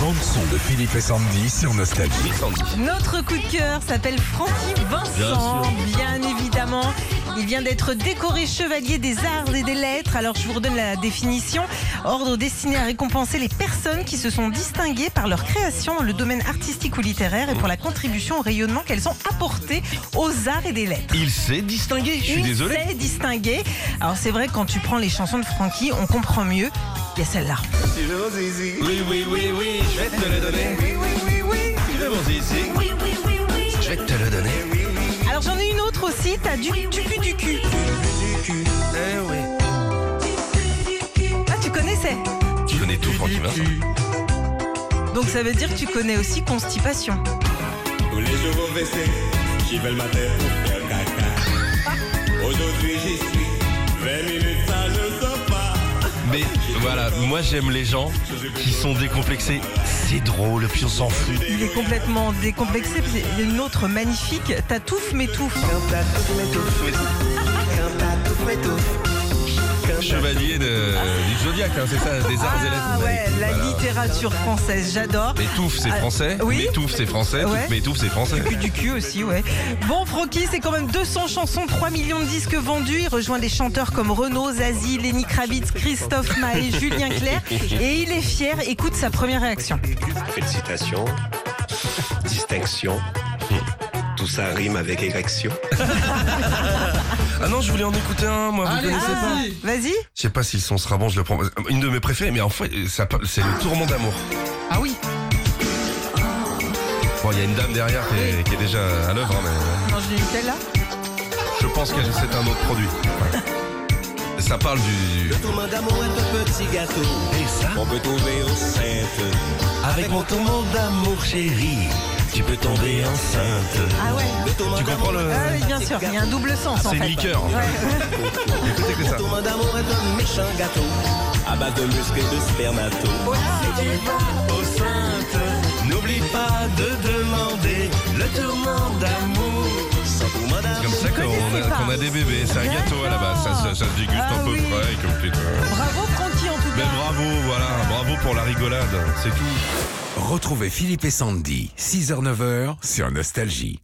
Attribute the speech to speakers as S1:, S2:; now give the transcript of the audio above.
S1: bande son de Philippe et Sandy sur Nostalgie.
S2: Notre coup de cœur s'appelle Francky Vincent, bien, évidemment. Il vient d'être décoré chevalier des arts et des lettres. Alors je vous redonne la définition. Ordre destiné à récompenser les personnes qui se sont distinguées par leur création dans le domaine artistique ou littéraire et pour la contribution au rayonnement qu'elles ont apporté aux arts et des lettres.
S3: Il s'est distingué, je suis
S2: Il
S3: désolé.
S2: sait distinguer. Alors c'est vrai que quand tu prends les chansons de Francky, on comprend mieux. Il y a celle-là.
S3: Oui, oui, oui, oui, je vais te le donner. Oui, oui, oui, oui. Je vais ici. Oui, oui, oui, oui. Je vais te le donner.
S2: Alors j'en ai une autre aussi, t'as du du cul du cul.
S3: Eh oui.
S2: Ah tu connaissais
S3: Tu connais tout, Francky Vincent.
S2: Donc ça veut dire que tu connais aussi constipation.
S4: Tous les jours au WC, j'y vais le matin pour faire caca. Aujourd'hui j'y suis, 20 minutes ça je sors pas.
S3: Mais voilà, moi j'aime les gens qui sont décomplexés. C'est drôle, puis on s'en fout.
S2: Il est complètement décomplexé. puis Il y a une autre magnifique, t'attouffe m'étouffe.
S3: Chevalier de, du Zodiac, hein, c'est ça, des arts et lettres.
S2: Ah ouais, la
S3: Voilà.
S2: littérature française, j'adore.
S3: Étouffe, c'est
S2: Ah,
S3: français.
S2: oui.
S3: M'étouffe, c'est français.
S2: Ouais.
S3: Tout- M'étouffe, c'est français.
S2: Cul du cul aussi, ouais. Bon, Francky, c'est quand même 200 chansons, 3 millions de disques vendus. Il rejoint des chanteurs comme Renaud, Zazie, Lenny Kravitz, Christophe Maé, Julien Clerc. Et il est fier. Écoute sa première réaction.
S5: Félicitations, distinction. Tout ça rime avec érection.
S3: Ah non, je voulais en écouter un, moi, vous connaissez pas.
S2: Vas-y.
S3: Je sais pas si le son sera bon, je le prends. Une de mes préférées, mais en fait, ça parle- c'est le tourment d'amour.
S2: Ah oui.
S3: Bon, il y a une dame derrière qui est, qui est déjà à l'œuvre, hein, mais
S2: Non, je l'ai eu celle-là.
S3: je pense que c'est un autre produit. Ouais. Ça parle du.
S4: Tourment d'amour est un petit gâteau. Et ça On peut tomber enceinte. Avec mon tourment d'amour chérie, tu peux tomber enceinte.
S2: Ah ouais.
S4: Le tourment
S3: Tu comprends le.
S2: Ah oui, bien sûr. Il y a un double sens en fait.
S3: C'est une liqueur. en fait. Écoutez que ça.
S4: tourment d'amour est un méchant gâteau. À base de muscles et de spermato.
S3: N'oublie pas de demander le tourment d'amour. C'est comme ça qu'on
S2: connaissais
S3: a,
S2: pas.
S3: qu'on a des bébés. C'est un gâteau à la base. Ça, se- ça se déguste
S2: Ah
S3: un peu
S2: oui.
S3: frais. Comme putain.
S2: Bravo Francky en tout
S3: Mais
S2: cas.
S3: bravo, voilà. Bravo pour la rigolade. C'est tout.
S1: Retrouvez Philippe et Sandy, 6h-9h sur Nostalgie.